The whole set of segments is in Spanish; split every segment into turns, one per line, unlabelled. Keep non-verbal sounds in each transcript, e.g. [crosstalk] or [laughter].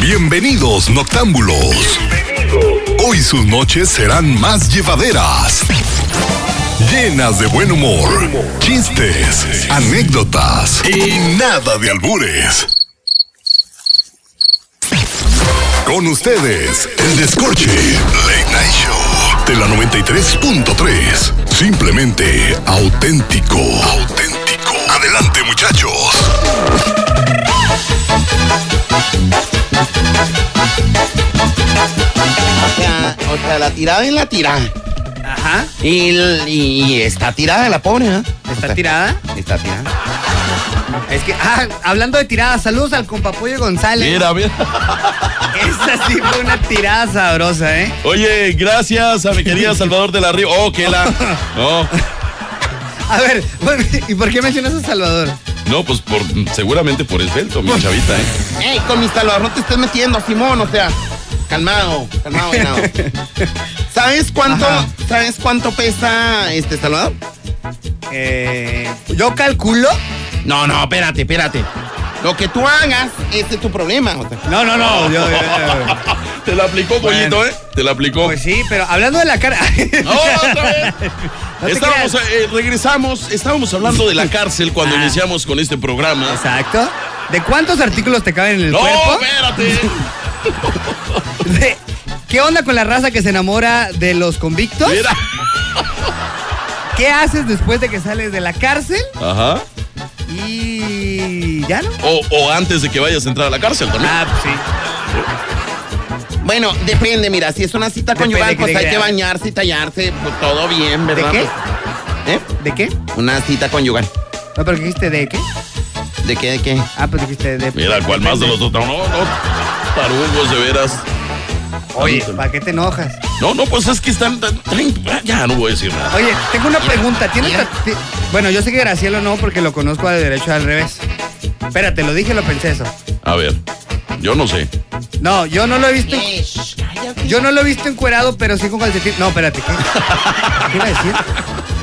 Bienvenidos, noctámbulos. Hoy sus noches serán más llevaderas. Llenas de buen humor, chistes, anécdotas y nada de albures. Con ustedes, el descorche. Late Night Show de la 93.3. Simplemente auténtico. Auténtico. Adelante, muchachos.
sea, o sea, la tirada en la tirada.
Ajá.
Y, y está tirada la pobre, ¿ah?
¿Está
O sea,
tirada?
Está tirada.
Es que, ah, hablando de tirada, saludos al compa Pollo González.
Mira, mira.
Esa sí fue una tirada sabrosa, ¿eh?
Oye, gracias a
[laughs]
mi querida Salvador de la Riva. Oh, que la. No,
A ver, bueno, ¿y por qué mencionas a Salvador?
no, pues por, seguramente por esbelto, mi
[laughs]
chavita, ¿eh?
¡Ey, con mi Salvador no te estés metiendo, Simón! O sea, calmado,
[laughs]
calmado, venado. ¿Sabes cuánto,
Ajá.
¿Sabes cuánto pesa este Salvador?
Eh, yo calculo.
No, no, espérate, espérate. Lo que tú hagas, ese es tu problema. O sea,
No, no, no. yo- yo- yo-
Te la aplicó,
Bueno.
pollito, ¿eh? Te la aplicó.
pues sí, pero hablando de la cara. [laughs]
¡No, otra vez!
No te
estábamos,
creas.
eh, regresamos, estábamos hablando de la cárcel cuando
Ah.
iniciamos con este programa.
Exacto. ¿De cuántos artículos te caben en el
No,
cuerpo?
espérate.
[laughs] De- ¿Qué onda con la raza que se enamora de los convictos?
Mira.
¿Qué haces después de que sales de la cárcel?
Ajá.
Y ya no.
O, o antes de que vayas a entrar a la cárcel también.
Ah, pues sí.
Bueno, depende, mira, si es una cita
Depende
conyugal,
que
pues
te
hay que
crean.
bañarse y tallarse, pues todo bien,
¿De
¿verdad?
qué?
Pues, ¿Eh?
¿De qué?
Una cita conyugal.
No, pero dijiste de qué.
¿De qué, de qué?
Ah, pues dijiste de.
Mira, ¿cuál más de los dos? No, no, no. Tarugos, de veras.
Oye, ¿para qué te enojas?
No, no, pues es que están. tan- tan- ya, no voy a decir nada.
Oye, tengo una pregunta. ¿Tienes
mira.
ta- ti- Bueno, yo sé que Gracielo no, porque lo conozco de derecho al revés. Espérate, lo dije, lo pensé eso.
A ver, yo no sé.
No, yo no lo he visto. Yo no lo he visto encuerado, pero sí con calcetín. No, espérate, ¿qué? ¿Qué iba a decir?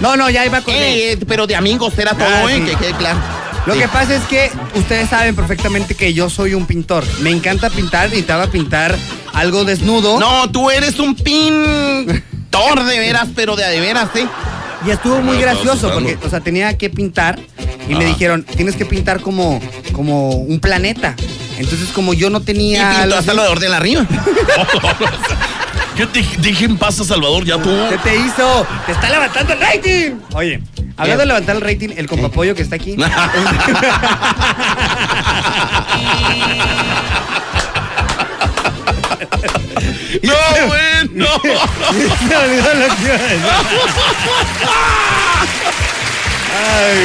No, no, ya iba con él.
Eh, eh, pero de amigos era todo,
Ah,
¿eh?
sí.
Que quede claro.
Lo
Sí.
que pasa es que ustedes saben perfectamente que yo soy un pintor. Me encanta pintar y te va a pintar algo desnudo.
No, tú eres un pintor de veras, pero de a de veras, ¿eh?
Y estuvo muy
Me estaba
gracioso
asustando.
porque, o sea, tenía que pintar y me
Ajá.
dijeron, tienes que pintar como, como un planeta. Entonces, como yo no
Y
tenía...
pintó
los-
hasta lo de orden arriba.
¿Qué te dije en paz a Salvador? Ya tú. [laughs]
¿Qué te hizo? ¡Te está levantando el rating! Oye, hablando de levantar el rating, el compapollo que está aquí... [laughs]
No, güey, no.
Se me olvidó lo que iba a decir. Ay,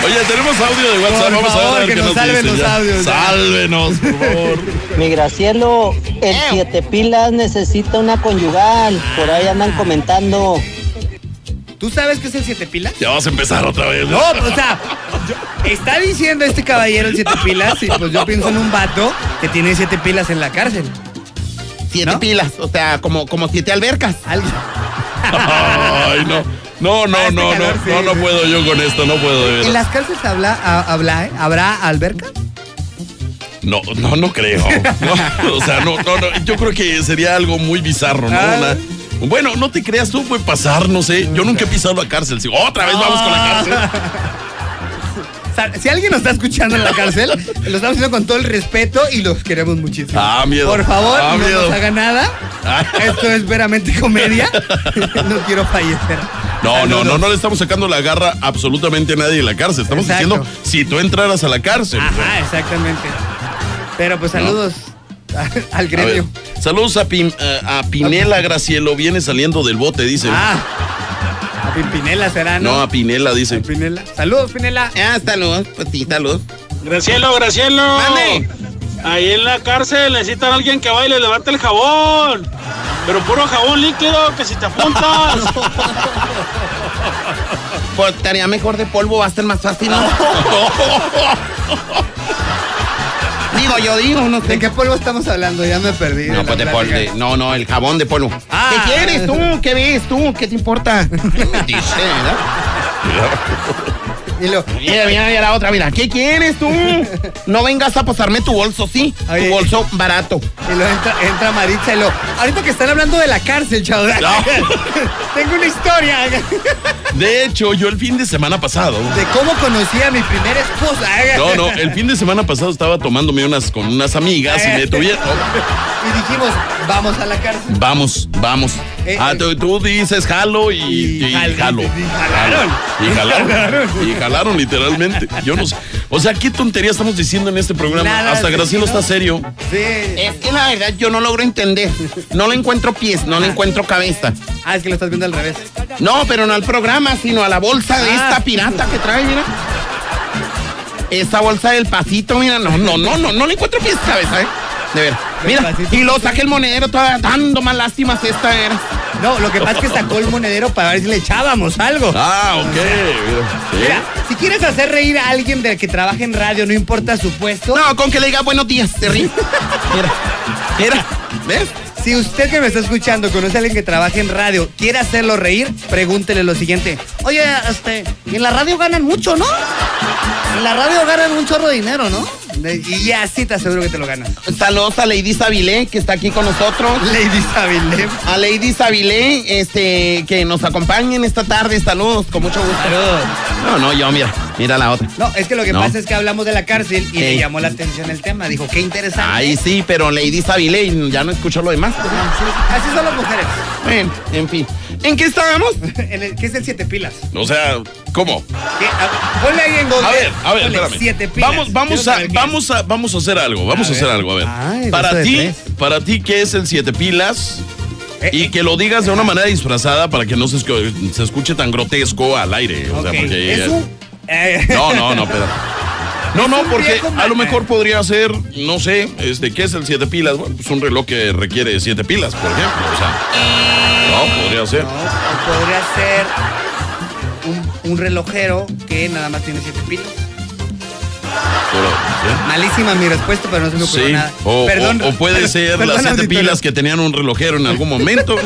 güey.
Oye, tenemos audio de WhatsApp.
Por
Vamos a
favor,
ver
que
qué
nos salven
dicen
los
ya.
audios, ya.
Sálvenos, por favor.
Mi Gracielo, el siete pilas necesita una conyugal. Por ahí andan comentando.
¿Tú sabes qué es el siete pilas?
Ya vas a empezar otra vez.
[laughs] No, pues, o sea, yo- está diciendo este caballero el siete pilas y pues yo pienso en un vato que tiene siete pilas en la cárcel.
Siete
¿No?
pilas, o sea, como, como siete albercas.
Algo.
Ay, no. No, no,
Ah, este
no, no,
calor, sí,
no, no
sí.
puedo yo con esto, no puedo de
¿En
veras.
las cárceles habla, a- habla- eh? habrá alberca?
No, no, no creo. No, [laughs] o sea, no, no, no. Yo creo que sería algo muy bizarro, ¿no?
Ah.
Una- bueno, no te creas, tú puede pasar, no sé. Yo nunca he pisado la cárcel. Sí, otra vez Pues vamos con
Ah.
la cárcel.
[laughs] O sea, si alguien nos está escuchando en la cárcel, lo estamos haciendo con todo el respeto y los queremos muchísimo.
Ah, miedo.
Por favor,
Ah,
no
miedo.
nos haga nada.
Ah.
Esto es veramente comedia. [laughs] no quiero fallecer.
No, no,
Saludos.
no, no le estamos sacando la garra absolutamente a nadie de la cárcel. Estamos
Exacto. Ah,
diciendo si tú entraras a la cárcel.
Ajá, exactamente. Pero pues saludos a- al
A ver,
gremio.
saludos a, Pin- eh, a- a Pinela Gracielo. Viene saliendo del bote, dice.
Ah, a Pimpinela será, ¿no?
no, a Eh, Pinela,
A
dice.
Pinela. Saludos, Pinela.
Ah, salud, pues sí, salud.
Gracielo, Gracielo.
Mande.
Ahí en la cárcel necesitan a alguien que baile y levante el jabón. Pero puro jabón líquido, que si te [laughs] apuntas.
Pues tarea mejor de polvo va a ser más fácil, [laughs] ¿no? digo, yo digo, no
¿De
sé
qué
qué.
polvo estamos hablando? Ya me perdí.
No,
la
pues de polvo.
plática.
de- No, no, el jabón de polvo.
Ah.
¿Qué [laughs] quieres tú? ¿Qué ves tú? ¿Qué te importa? Dice, ¿verdad?
Y lo-
Mira, mira, mira la otra, mira. ¿Qué quieres tú? No vengas a pasarme tu bolso, sí.
Oye.
Tu bolso barato.
Y luego entra, entra Maritza y lo. Ahorita que están hablando de la cárcel, chavos. [laughs] Tengo una historia de
De hecho, yo el fin de semana pasado.
cómo conocí a mi primera esposa.
No, no, el fin de semana pasado estaba tomándome unas con unas amigas y me
Eh.
detuvieron.
Y dijimos, vamos a la cárcel.
Vamos, vamos.
Eh,
Ah,
eh.
tú, tú dices jalo y, y,
jal-
jalo.
y jalaron.
Y jalaron.
Y jalaron.
Y jalaron, literalmente. Yo no sé. O sea, ¿qué tontería estamos diciendo en este programa?
Nada,
Hasta Graciela
sí, no.
está serio.
Sí.
Es que la verdad yo no logro entender. No le encuentro pies, no le encuentro cabeza.
Ah, es que lo estás viendo al revés.
No, pero no al programa, sino a la bolsa de
Ah.
esta pirata que trae, mira. Esa bolsa del pasito, mira, no, no, no, no, no le encuentro pies, cabeza, ¿eh? De ver.
Del
Mira,
pasito.
y lo saqué el monedero, todavía dando más lástimas esta era.
No, lo que pasa es que sacó el monedero para ver si le echábamos algo.
Ah, ok. Sí.
Mira, si quieres hacer reír a alguien del que trabaja en radio, no importa su puesto.
No, con que le diga buenos días, te ríe. Mira, mira, ¿ves?
Si usted que me está escuchando conoce a alguien que trabaja en radio, quiere hacerlo reír, pregúntele lo siguiente. Oye, este, en la radio ganan mucho, ¿no? En la radio ganan un chorro de dinero, ¿no? De- Y así te aseguro que te lo ganas.
Saludos a Lady Sabilé, que está aquí con nosotros.
Lady Sabilem.
A Lady Sabilé, este, que nos acompañen esta tarde. Saludos, con mucho gusto. No, no, yo, mira, mira la otra.
No, es que lo que
No.
pasa es que hablamos de la cárcel y le
Ey.
llamó la atención el tema. Dijo, qué interesante.
Ay, sí, pero Lady Sabilé ya no escuchó lo demás.
Así son las mujeres. [laughs]
Bueno, en fin. ¿En qué estábamos?
En el- ¿Qué es el siete pilas?
O sea, ¿cómo?
¿Qué? A- Ponle ahí en Google.
A ver, a ver,
Ponle
espérame.
Siete pilas.
Vamos, vamos
Quiero
a,
saber qué
vamos a, vamos a hacer algo, vamos
A
a, hacer
ver.
algo, a ver.
Ay, beso
para
de
ti,
tres.
para ti, ¿qué es el siete pilas?
Eh,
Y
eh.
que lo digas de una manera disfrazada para que no se, escu- se escuche tan grotesco al aire.
es.
O sea,
Ok,
porque-
es un... eh,
No, no, no, pero. No, no,
un
porque
viejo
a
mal-
lo mejor podría ser, no sé, este, ¿qué es el siete pilas? Bueno, pues un reloj que requiere siete pilas, por ejemplo. O sea, no, podría ser.
No, o podría ser un, un relojero que nada más tiene siete pilas.
pero, ¿sí?
Malísima mi respuesta, pero no se me ocurrió
Sí,
nada.
o,
Perdón.
o- o puede
perdón,
ser
perdón,
las siete
auditorio.
pilas que tenían un relojero en algún momento.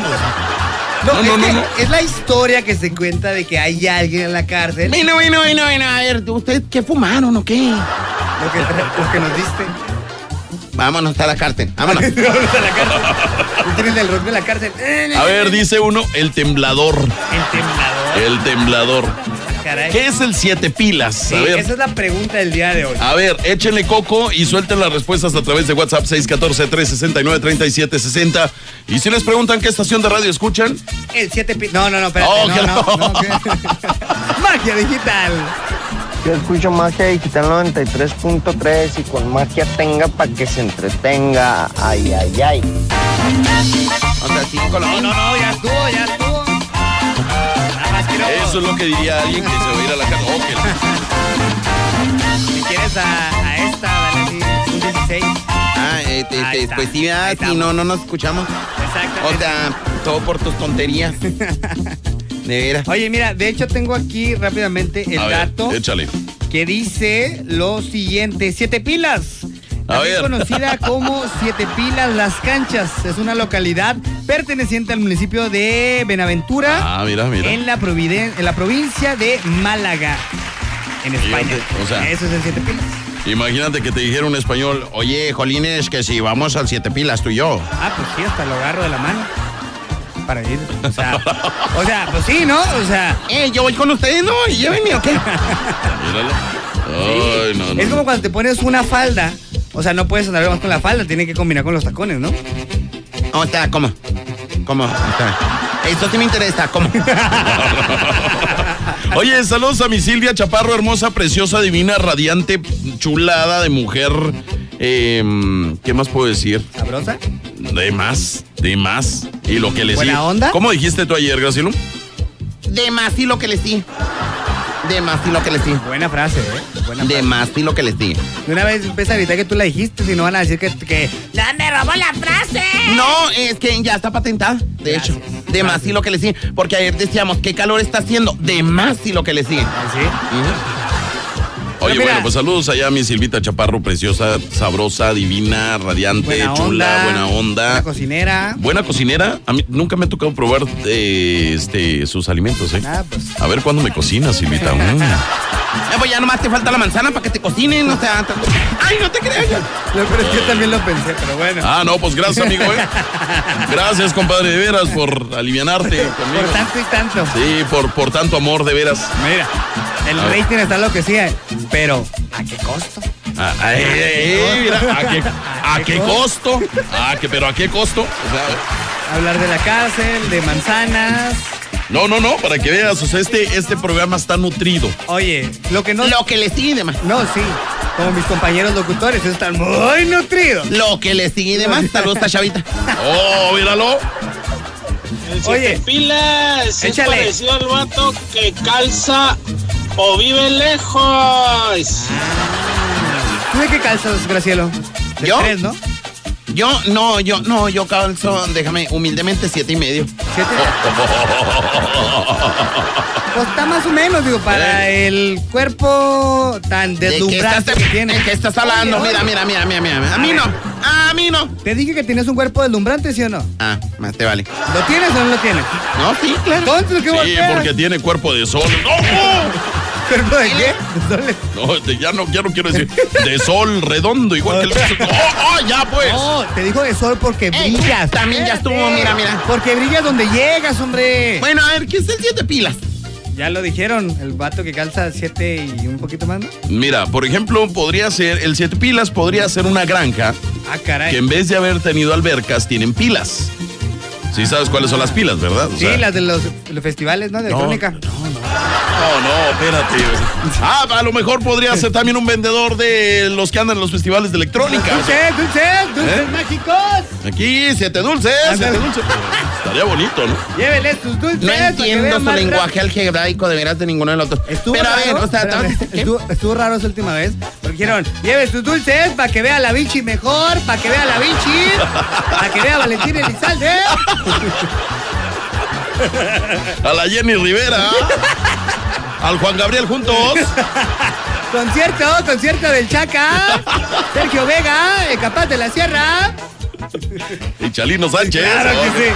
No,
No,
es
no, no,
que
no.
Es la historia que se cuenta de que hay alguien en la cárcel.
Bueno, bueno, bueno, bueno. A ver, ¿ustedes qué fumaron o qué?
Lo que, lo que nos diste.
Vámonos a la cárcel. Vámonos.
Vamos a la cárcel. Tú tienes el rock de la cárcel.
A ver, dice uno, el temblador.
El temblador.
El temblador.
Caray.
Eh, ¿Qué es el siete pilas?
Sí,
A ver. Ah.
esa es la pregunta del día de hoy.
A ver, échenle coco y suelten las respuestas a través de WhatsApp 614-369-3760. Y si les preguntan qué estación de radio escuchan,
El 7 pi... No, no, no, espérate.
Oh, que
no, no,
no.
no, que- [laughs] Magia digital.
[laughs] Yo escucho Magia Digital 93.3 y con magia tenga para que se entretenga. Ay, ay, ay.
O sea, sí, con la-
No, no, no, ya estuvo, ya estuvo. Nada más quiero,
eso es lo que diría alguien que se va a ir a la casa. Oh, que la-
si quieres a, a esta, dale así, un 16.
Ah, eh, te-
Ahí
te-
está.
pues sí, ah,
Ahí
sí,
estamos.
no, no nos escuchamos. O
Exactamente.
sea, todo por tus tonterías. De veras.
Oye, mira, de hecho tengo aquí rápidamente [laughs] el
A ver,
dato
échale.
que dice lo siguiente. Siete pilas.
A
También
ver. [laughs]
conocida como Siete Pilas Las Canchas. Es una localidad perteneciente al municipio de Benaventura.
Ah, mira, mira.
en la, providen- en la provincia de Málaga, en España.
o sea-
Eso es el Siete Pilas.
Imagínate que te dijera un español, oye, Jolines, que si vamos al siete pilas tú y yo.
Ah, pues sí, hasta lo agarro de la mano. Para ir. O sea, o sea, pues sí, ¿no? O sea,
Eh, yo voy con ustedes, ¿no? Y Llévenme, ¿o qué?
Míralo. Ay, no, no.
Eh. es como cuando te pones una falda. O sea, no puedes andar más con la falda, tiene que combinar con los tacones, ¿no?
O sea, ¿cómo? ¿Cómo? O sea, Eso sí me interesa, ¿cómo?
Oye, saludos a mi Silvia Chaparro, hermosa, preciosa, divina, radiante, chulada de mujer. Em, ¿Qué más puedo decir?
Sabrosa.
De más, de más. Y lo que le
¿Buena
sigue.
onda?
¿Cómo dijiste tú ayer, Gracilu?
De más y lo que le sigue. De más y lo que le sigue.
Buena frase, ¿eh? Buena
De
frase.
más y lo que le sigue.
De una vez empieza a gritar que tú la dijiste, si no van a decir que. que
No, es que ya está patentada, de
Gracias.
hecho. De más y lo que le sigue. Porque ayer decíamos, ¿qué calor está haciendo? De más y lo que le sigue.
¿Sí?
Oye,
Mira.
bueno, pues saludos allá a mi Silvita Chaparro, preciosa, sabrosa, divina, radiante,
Buena
chula,
onda,
buena onda.
La cocinera.
Buena cocinera. A mí nunca me ha tocado probar eh, este, sus alimentos, ¿eh?
Ah, pues.
A ver cuándo me cocinas, Silvita. Mm.
Eh, pues ya nomás te falta la manzana para que te cocinen, o sea. te- Ay, no te creas. yo-
Lo- pero es que yo también lo pensé, pero bueno.
Ah, no, pues gracias, amigo, ¿eh? Gracias, compadre, de veras, por alivianarte conmigo.
Por tanto y tanto.
Sí, por, por tanto amor, de veras.
Mira, el
A ver.
rating está lo que sea, pero ¿a qué costo?
Ah, ay, ay, ay, mira, ¿a qué, a qué costo? Ah, que, pero ¿a qué costo? O sea,
Hablar de la cárcel, de manzanas.
no, no, no, para que veas, o sea, este, este programa está nutrido.
Oye, lo que no.
Lo que le sigue de más.
No, sí. Como mis compañeros locutores, esos están muy nutridos.
Lo que le sigue de más. Saludos a Chavita.
Oh, míralo.
El
Oye.
siete pilas
Échale.
es parecido al vato que calza o vive lejos.
¿Tú de qué calzas, Gracielo? De
¿Yo?
Tres, ¿no?
Yo, no, yo, no, yo calzo, déjame, humildemente siete y medio.
¿Siete? Pues está más o menos, digo, para el cuerpo tan
Eh. ¿De qué
deslumbrante
estás-
que tiene.
¿De qué estás hablando?
Oye,
Mira,
oye.
mira, mira, mira, mira. A mí no. A mí no.
Te dije que tienes un cuerpo deslumbrante, ¿sí o no?
Ah, más te vale.
¿Lo tienes o no lo tienes?
No, sí, claro.
Entonces, ¿qué
Sí,
volteas?
porque tiene cuerpo de sol. ¡No!
[laughs] ¿Cuerpo de qué? De soles.
No, este, ya no, ya no quiero decir. De sol redondo, igual que el beso.
[laughs]
¡Oh, oh, ya pues!
No, te digo de sol porque
Ey,
brillas.
también ya estuvo,
Espérate.
mira, mira.
Porque brillas donde llegas, hombre.
Bueno, a ver, ¿qué es el siete pilas?
Ya lo dijeron, el vato que calza 7 y un poquito más, ¿no?
Mira, por ejemplo, podría ser, el siete pilas podría ser una granja
Ah, caray.
que en vez de haber tenido albercas, tienen pilas. Sí sabes cuáles son las pilas, ¿verdad? O
Ah. Sí,
sea,
las de los, los festivales, ¿no? De
No,
electrónica.
No, no, espérate. Ah, a lo mejor podría ser también un vendedor de los que andan en los festivales
[laughs]
de electrónica. O sea,
Dulces, dulces, dulces
¿Eh?
mágicos.
Aquí, siete dulces, siete dulces. Estaría bonito, ¿no?
Llévenle sus dulces.
No
para que vean
entiendo su
más
lenguaje algebraico de veras de ninguno de los dos.
rápido. Estuvo
Pero a
raro,
ver, o sea,
espérame,
¿qué?
estuvo, estuvo raro esa última vez. Porque dijeron, lleve sus dulces para que vea la Vinci mejor, para que vea la Vinci, para que vea Valentín Elizalde.
A la
[laughs]
Jenny Rivera. Al Juan Gabriel juntos.
Concierto, concierto del Chaca. Sergio Vega, el capaz de la sierra.
Y Chalino Sánchez.
Claro que sí.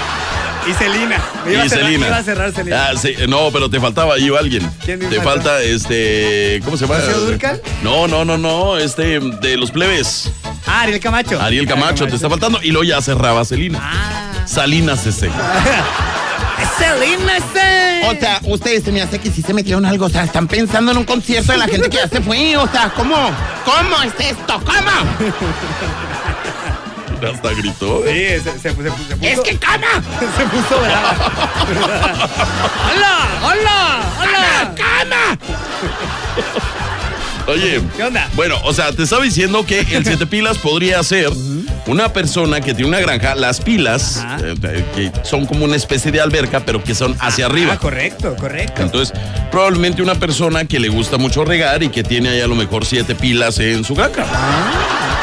Y Celina. Me iba a
Y
cerrar-
Selena.
Iba a cerrar Celina.
Ah, sí, no, pero te faltaba ahí alguien.
¿Quién te
te
faltó?
falta este. ¿Cómo se llama?
¿Rocío Dúrcal?
No, no, no, no. Este de los plebes.
Ah, Ariel Camacho.
Ariel Camacho te está faltando. Y luego ya cerraba Celina.
Ah.
Salinas ese.
Celina este.
O sea, ustedes se me hace que sí se metieron algo. O sea, están pensando en un concierto de la gente que ya se fue. O sea, ¿cómo? ¿Cómo es esto? ¿Cómo?
Hasta gritó.
Sí, se, se, se- se puso.
Es que cama.
[laughs] se puso brava. ¡Hola! ¡Hola!
¡Cama!
¡Hola!
¡Cama!
Oye,
¿Qué onda?
Bueno, o sea, te estaba diciendo que el siete pilas podría ser una persona que tiene una granja, las pilas,
Ajá.
eh, eh, que son como una especie de alberca, pero que son hacia arriba.
Ah, correcto, correcto.
Entonces, probablemente una persona que le gusta mucho regar y que tiene ahí a lo mejor siete pilas en su granja.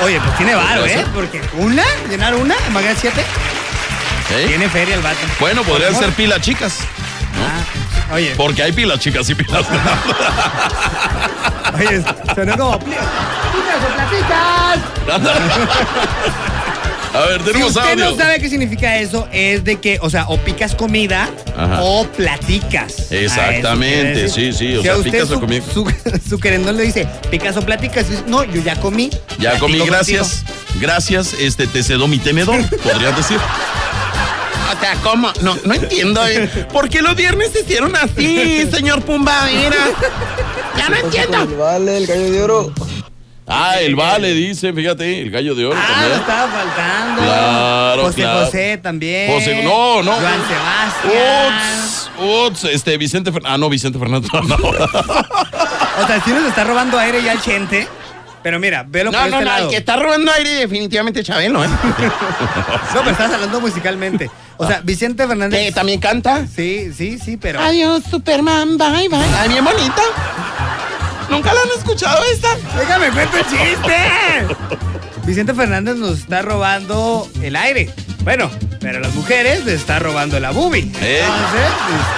Oye, pues tiene varo,
Podría
¿eh?
ser.
Porque una, llenar una, imagínate siete.
¿eh?
Tiene feria el vato.
Bueno, podrían ser pilas chicas,
Ah, oye,
porque hay pilas chicas y pilas grandes.
oye, sonó como. ¡Platicas o platicas!
A ver,
Si
tenemos
usted
audio.
no sabe qué significa eso, es de que, o sea, o picas comida
Ajá.
o platicas.
Exactamente,
A eso quiere decir.
sí, sí, o
Si
sea,
a usted
picas o
su- [laughs]
comí.
Su, su querendón le dice, picas o platicas, dice, no, yo ya comí.
Ya
platico
comí, gracias.
contigo".
Gracias, este, te cedo mi tenedor, podrías decir.
O sea, ¿cómo? No, no entiendo. eh. ¿Por qué los viernes se hicieron así, señor Pumba? de veras? Ya no entiendo.
Vale, el gallo de oro.
Ah, el vale, dice, fíjate, el gallo de oro
Ah,
también.
lo estaba faltando.
Claro,
José
claro.
José también.
José- no, no.
Juan Sebastián.
Uts, uts, este, Vicente Fernández. Ah, no, Vicente Fernández. [laughs] No,
O sea, si nos está robando aire ya el gente. Pero mira, velo por
No, no,
este
no,
lado.
el que está robando aire definitivamente Chabelo, ¿eh?
No, pero estás hablando musicalmente. O sea, Vicente
Que
Eh,
Fernández.
también canta.
Sí, sí, sí, pero.
Adiós, Superman, bye, bye. Ay, bien bonita. ¿Nunca la han escuchado esta?
¡Déjame cuento el chiste! Vicente Fernández nos está robando el aire. Bueno, pero a las mujeres les está robando la boobie.
Eh.
Entonces,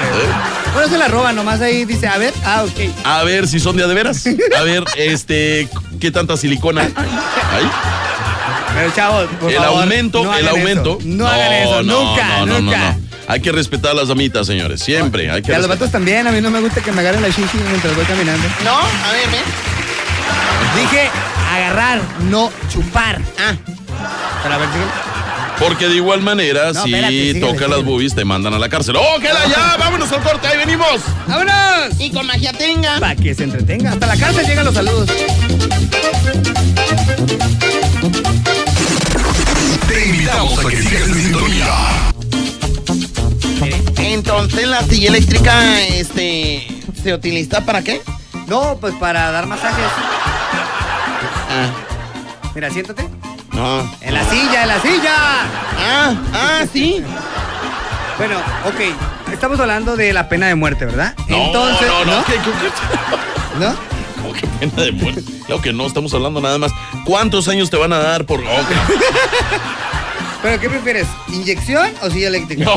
este, Bueno, se la roba, nomás ahí dice, a ver, ah, ok.
A ver si son de a de veras. A ver, este, ¿qué tanta silicona? Ay,
Pero chavos, por
el
favor,
aumento,
no
el
hagan
aumento.
eso. No, hagan eso,
no,
nunca,
no, no, no,
nunca.
no. Hay que respetar a las damitas, señores. Siempre. Hay que
Y a los
respetar.
vatos también, a mí no me gusta que me agarren la chichi mientras voy caminando.
No, a ver, ven.
Dije agarrar, no chupar. Ah. Pero a ver, síguele.
Porque de igual manera,
No,
si
espérate, síguele,
toca
síguele.
las boobies, te mandan a la cárcel. ¡Oh, queda
[laughs]
ya! ¡Vámonos al corte! ¡Ahí venimos!
¡Vámonos!
Y con magia tenga.
Para que se entretenga. Hasta la cárcel llegan los saludos.
Te invitamos a que sigas en sintonía.
Entonces la silla eléctrica, este, ¿se utiliza para qué?
No, pues para dar masajes.
Ah.
Mira, siéntate.
No.
En la silla, en la silla.
Ah, ah, sí.
Bueno, ok. Estamos hablando de la pena de muerte, ¿verdad?
No,
Entonces,
no, no.
¿no?
¿Qué, qué- qué- [laughs]
¿No?
cómo que pena de muerte? Claro que no, estamos hablando nada más. ¿Cuántos años te van a dar por.? oh, Ok.
¿Pero qué prefieres? ¿Inyección o silla eléctrica?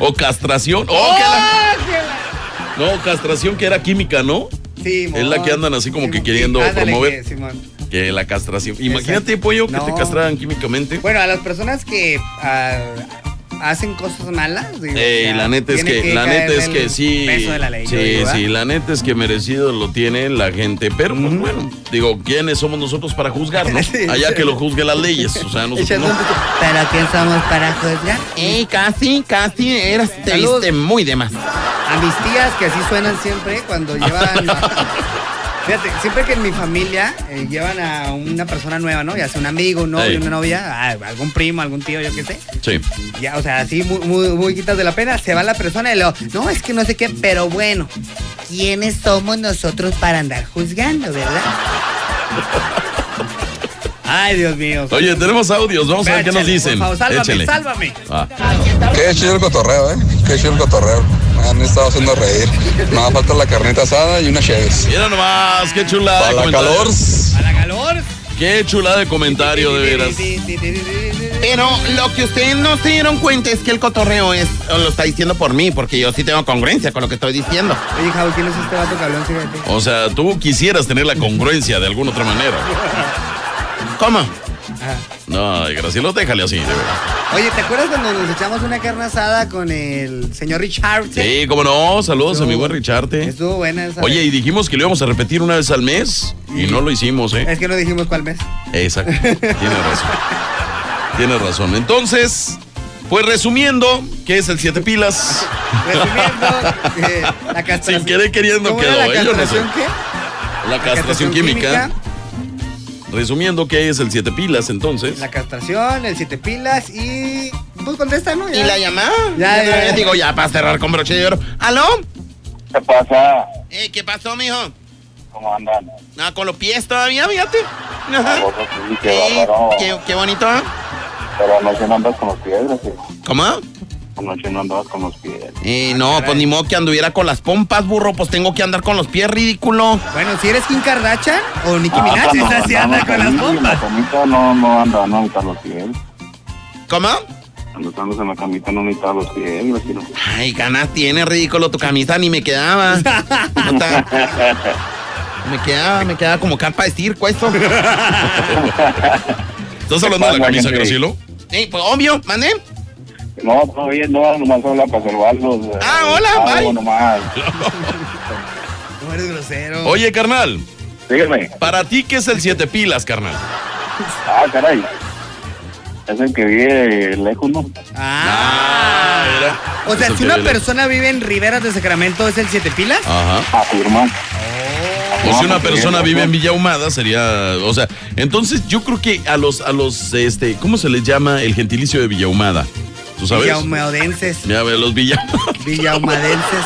¿O castración? ¡Oh, que la-
[laughs]
No, castración que era química, ¿no? Es la que andan así como que queriendo promover. Que la castración. Imagínate,
Exacto.
pollo, que te
No.
castraran químicamente.
Bueno, a las personas que ah, hacen cosas malas. digo,
Ey,
ya,
la neta es
tiene
que, la
caer
neta es
el
que sí.
Peso de la ley,
sí,
yo digo,
¿ah?
¿ah? ¿verdad?
sí, la neta es que merecido lo tiene la gente, pero pues, bueno, digo, ¿quiénes somos nosotros para juzgar,
[laughs]
no?
Sí,
Allá
sí.
que lo juzgue las leyes, o sea, nosotros
Echando un
no.
poco- Pero ¿quién somos para juzgar?
Ey, casi, casi eras, te
Salud.
viste muy de más.
A mis tías que así suenan siempre cuando llevan.
[laughs]
Fíjate, siempre que en mi familia eh, llevan a una persona nueva, ¿no? Ya sea un amigo, un novio,
Ey.
una novia, ah, algún primo, algún tío, yo qué sé.
Sí.
Ya, o sea, así muy, muy, muy quitas de la pena, se va la persona y luego, no, es que no sé qué, pero bueno, ¿quiénes somos nosotros para andar juzgando,
[laughs]
verdad? Ay, Dios mío.
Oye, tenemos audios, vamos a ver qué nos
Échale,
dicen.
Por favor, sálvame,
Échale.
sálvame.
Ah.
Qué chido el cotorreo, ¿eh? Qué chido el cotorreo. Me han estado haciendo reír. Nada falta la carnita asada y una cheves.
Mira nomás, qué chulada.
Para
de
la
comentario.
calor.
A la calor.
Qué chulada de comentario, de veras.
Pero lo que ustedes no se dieron cuenta es que el cotorreo es, o lo está diciendo por mí, porque yo sí tengo congruencia con lo que estoy diciendo.
Oye, Javi, ¿quién es este vato cabrón? Fíjate.
O sea, tú quisieras tener la congruencia de alguna otra manera.
¿Cómo?
Ajá.
No, ay, Graciela, déjale así, de veras.
Oye, ¿te acuerdas cuando nos echamos una carne asada con el señor Richard?
Sí, cómo no, saludos a mi
Estuvo-
buen Richarte.
Estuvo buena esa.
Oye, y dijimos que lo íbamos a repetir una vez al mes y no lo hicimos, ¿eh?
Es que no dijimos cuál mes.
Exacto. Tienes razón. Tienes razón. Entonces, pues resumiendo, ¿qué es el siete pilas? [laughs]
Resumiendo, eh, la castración.
Sin querer queriendo
¿Cómo
quedó,
era
¿eh?
la
Yo no sé.
castración qué?
La castración química. Resumiendo, ¿qué es el siete pilas entonces?
La castración, el siete pilas y. Pues contesta, ¿no?
¿Y la llamada?
Ya, ya, ya.
Digo, ya, para cerrar con broche de oro. ¿Aló?
¿Qué pasa?
Eh, ¿Qué pasó, mijo?
¿Cómo andan?
Ah, con los pies todavía, fíjate. Ajá.
Ah, vos sí, qué
Eh,
bárbaro.
qué, qué bonito, ¿eh?
Pero anoche no andas con los pies, gracias.
¿Cómo?
Anoche no andabas con los pies.
Eh, no, pues ni modo que anduviera con las pompas, burro. Pues tengo que andar con los pies, ridículo.
Bueno, si eres Kim Kardashian o
Ah,
Nicki Minaj,
Ah, cuando
esa sí anda
andamos
con las
ahí, En
bombas.
la camita no, no andaba, no necesitaba los pies.
¿Cómo?
Cuando estábamos en la camita no necesitaba los pies, gracias.
Ay, ganas tiene, ridículo. Tu camisa ni me quedaba. Neta. Me quedaba, me quedaba como capa de circo esto.
¿Estás hablando de la
Pasa,
camisa,
gente.
Gracielo?
Eh, pues obvio, mandé.
No, todo bien, no, nomás habla para saludarlos. eh,
Ah, hola,
algo
bye.
nomás.
No eres grosero.
Oye, carnal,
Sígueme.
para ti, ¿qué es el siete pilas, carnal?
Ah, caray. Es el que vive lejos, ¿no?
Ah.
Ah, era.
O sea,
Eso
si
que
una
le-
persona vive en Riberas de Sacramento, ¿es el siete pilas?
Ajá.
Afirma.
O Pues si una
pues,
No,
persona
no.
vive en Villa Humada sería, o sea, entonces yo creo que a los a los este, ¿cómo se les llama el gentilicio de Villa Humada? ¿Tú sabes?
Villaumadenses.
Ya ve, los Villa. [laughs]
Villaumadenses.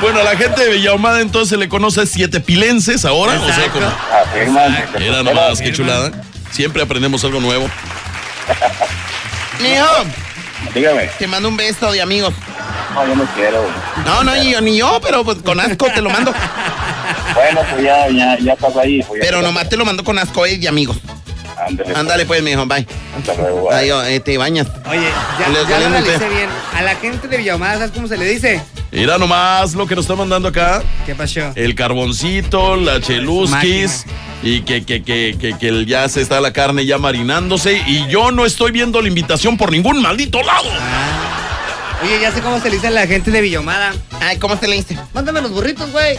Bueno, a la gente de Villa Humada entonces se le conoce siete pilenses ahora, o sea,
Exacto.
como
Afirma.
era nomás qué chulada. Siempre aprendemos algo nuevo.
Mijo,
Dígame.
te mando un beso de amigos.
No, yo no quiero.
No, no, ni yo, ni yo, pero pues con asco te lo mando.
Bueno, pues ya, ya, ya estás ahí. Pues ya
Pero
estás.
nomás te lo mando con asco eh, de amigos.
Ándale.
Ándale pues, mijo, bye.
Hasta luego, bye.
Ahí oh, eh, te bañas.
Oye, ya,
Le-
ya
le-
lo
le-
analicé bien. A la gente de Villamada, ¿sabes cómo se le dice?
Mira nomás lo que nos está mandando acá.
¿Qué pasó?
El carboncito, la cheluskis. Y que, que, que, que, que el- ya se está la carne ya marinándose. Y yo no estoy viendo la invitación por ningún maldito lado. [laughs]
Oye, ya sé cómo se le dice a la gente de Villomada.
Ay, ¿cómo se le dice?
Mándame los burritos,
[laughs]
güey.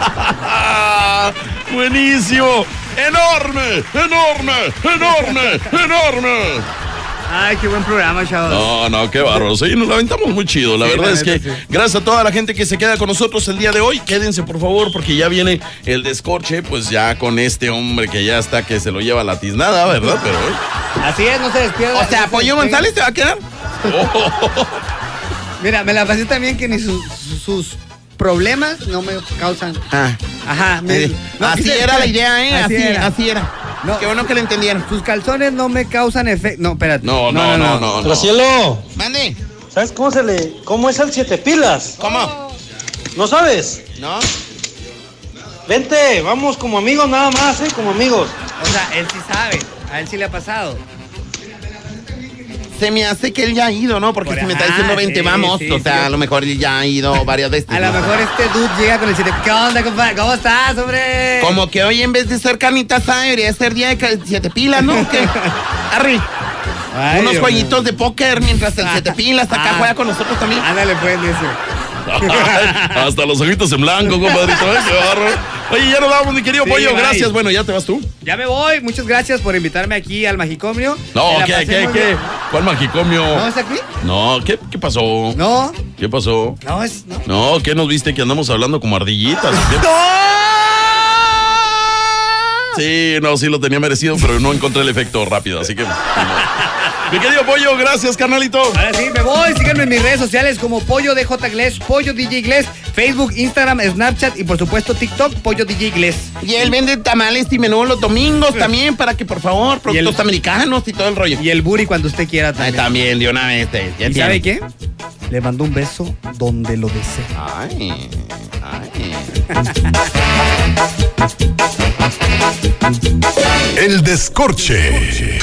¡Ah! ¡Buenísimo! ¡Enorme! ¡Enorme! ¡Enorme! ¡Enorme!
Ay, qué buen programa, chavos.
No, no, qué bárbaro. Sí, nos la aventamos muy chido. La
Sí,
verdad
la
es que
neta, sí.
gracias a toda la gente que se queda con nosotros el día de hoy. Quédense, por favor, porque ya viene el descorche, pues ya con este hombre que ya está, que se lo lleva la tiznada, ¿verdad? Pero, ¿eh?
Así es, no se despierta.
O sea, Pollo González te va a quedar.
Mira, me la pasé también que ni su- su- sus problemas no me causan.
Ah,
Ajá, me-
eh,
no,
así
sí,
era la idea, ¿eh? Así, así era.
No.
Qué bueno que lo entendieron.
Sus calzones no me causan efecto. No, espérate.
no, no, no, no, no.
Gracielo,
Mande,
¿sabes cómo se le. cómo es al siete pilas?
¿cómo?
Oh.
¿No sabes?
¿No?
Vente, vamos como amigos nada más, ¿eh? Como amigos.
O sea, él sí sabe. A él sí le ha pasado.
Se me hace que él ya ha ido, ¿no? Porque
Por-
si me está
ajá,
diciendo 20,
sí,
vamos.
sí,
o
sí.
sea, a lo mejor él ya ha ido varias veces.
A lo
¿no?
mejor este dude llega con el siete. ¿Qué onda, compadre? ¿Cómo estás, hombre?
Como que hoy en vez de ser carnita asada debería ser día de ca- siete pilas, ¿no?
[laughs]
¿Qué? Arri,
Ay,
unos
Dios
jueguitos de póker mientras el siete pilas acá
Ah.
juega con nosotros también.
mío. Ándale, pues, necio.
Hasta los ojitos en blanco, compadrito. ¿eh? Qué bárbaro. Oye, ya nos vamos, mi querido
Sí,
pollo.
bye.
Gracias. Bueno, ya te vas tú.
Ya me voy. Muchas gracias por invitarme aquí al Magicomio. Me
No,
la
¿qué,
pasé
qué,
muy
qué?
bien.
¿Cuál magicomio?
¿No es aquí?
No, ¿qué, qué pasó?
No.
¿Qué pasó?
No, es. No.
No, ¿qué nos viste que andamos hablando como ardillitas? ¿Qué? Sí, no, sí lo tenía merecido, pero no encontré el efecto rápido, así que. ni modo. Mi querido pollo, gracias, carnalito.
Ahora sí, me voy. Síganme en mis redes sociales como Pollo DJ Gless, Pollo DJ Gless, Facebook, Instagram, Snapchat y por supuesto TikTok, Pollo DJ Gless.
Y él vende tamales y menú los domingos también para que, por favor, productos
el-
americanos y todo el rollo.
Y el Buri cuando usted quiera
Ay,
también.
también, de una vez. eh, ya
¿Y
tiene.
sabe qué? Le mando un beso donde lo desee.
Ay, ay.
El descorche.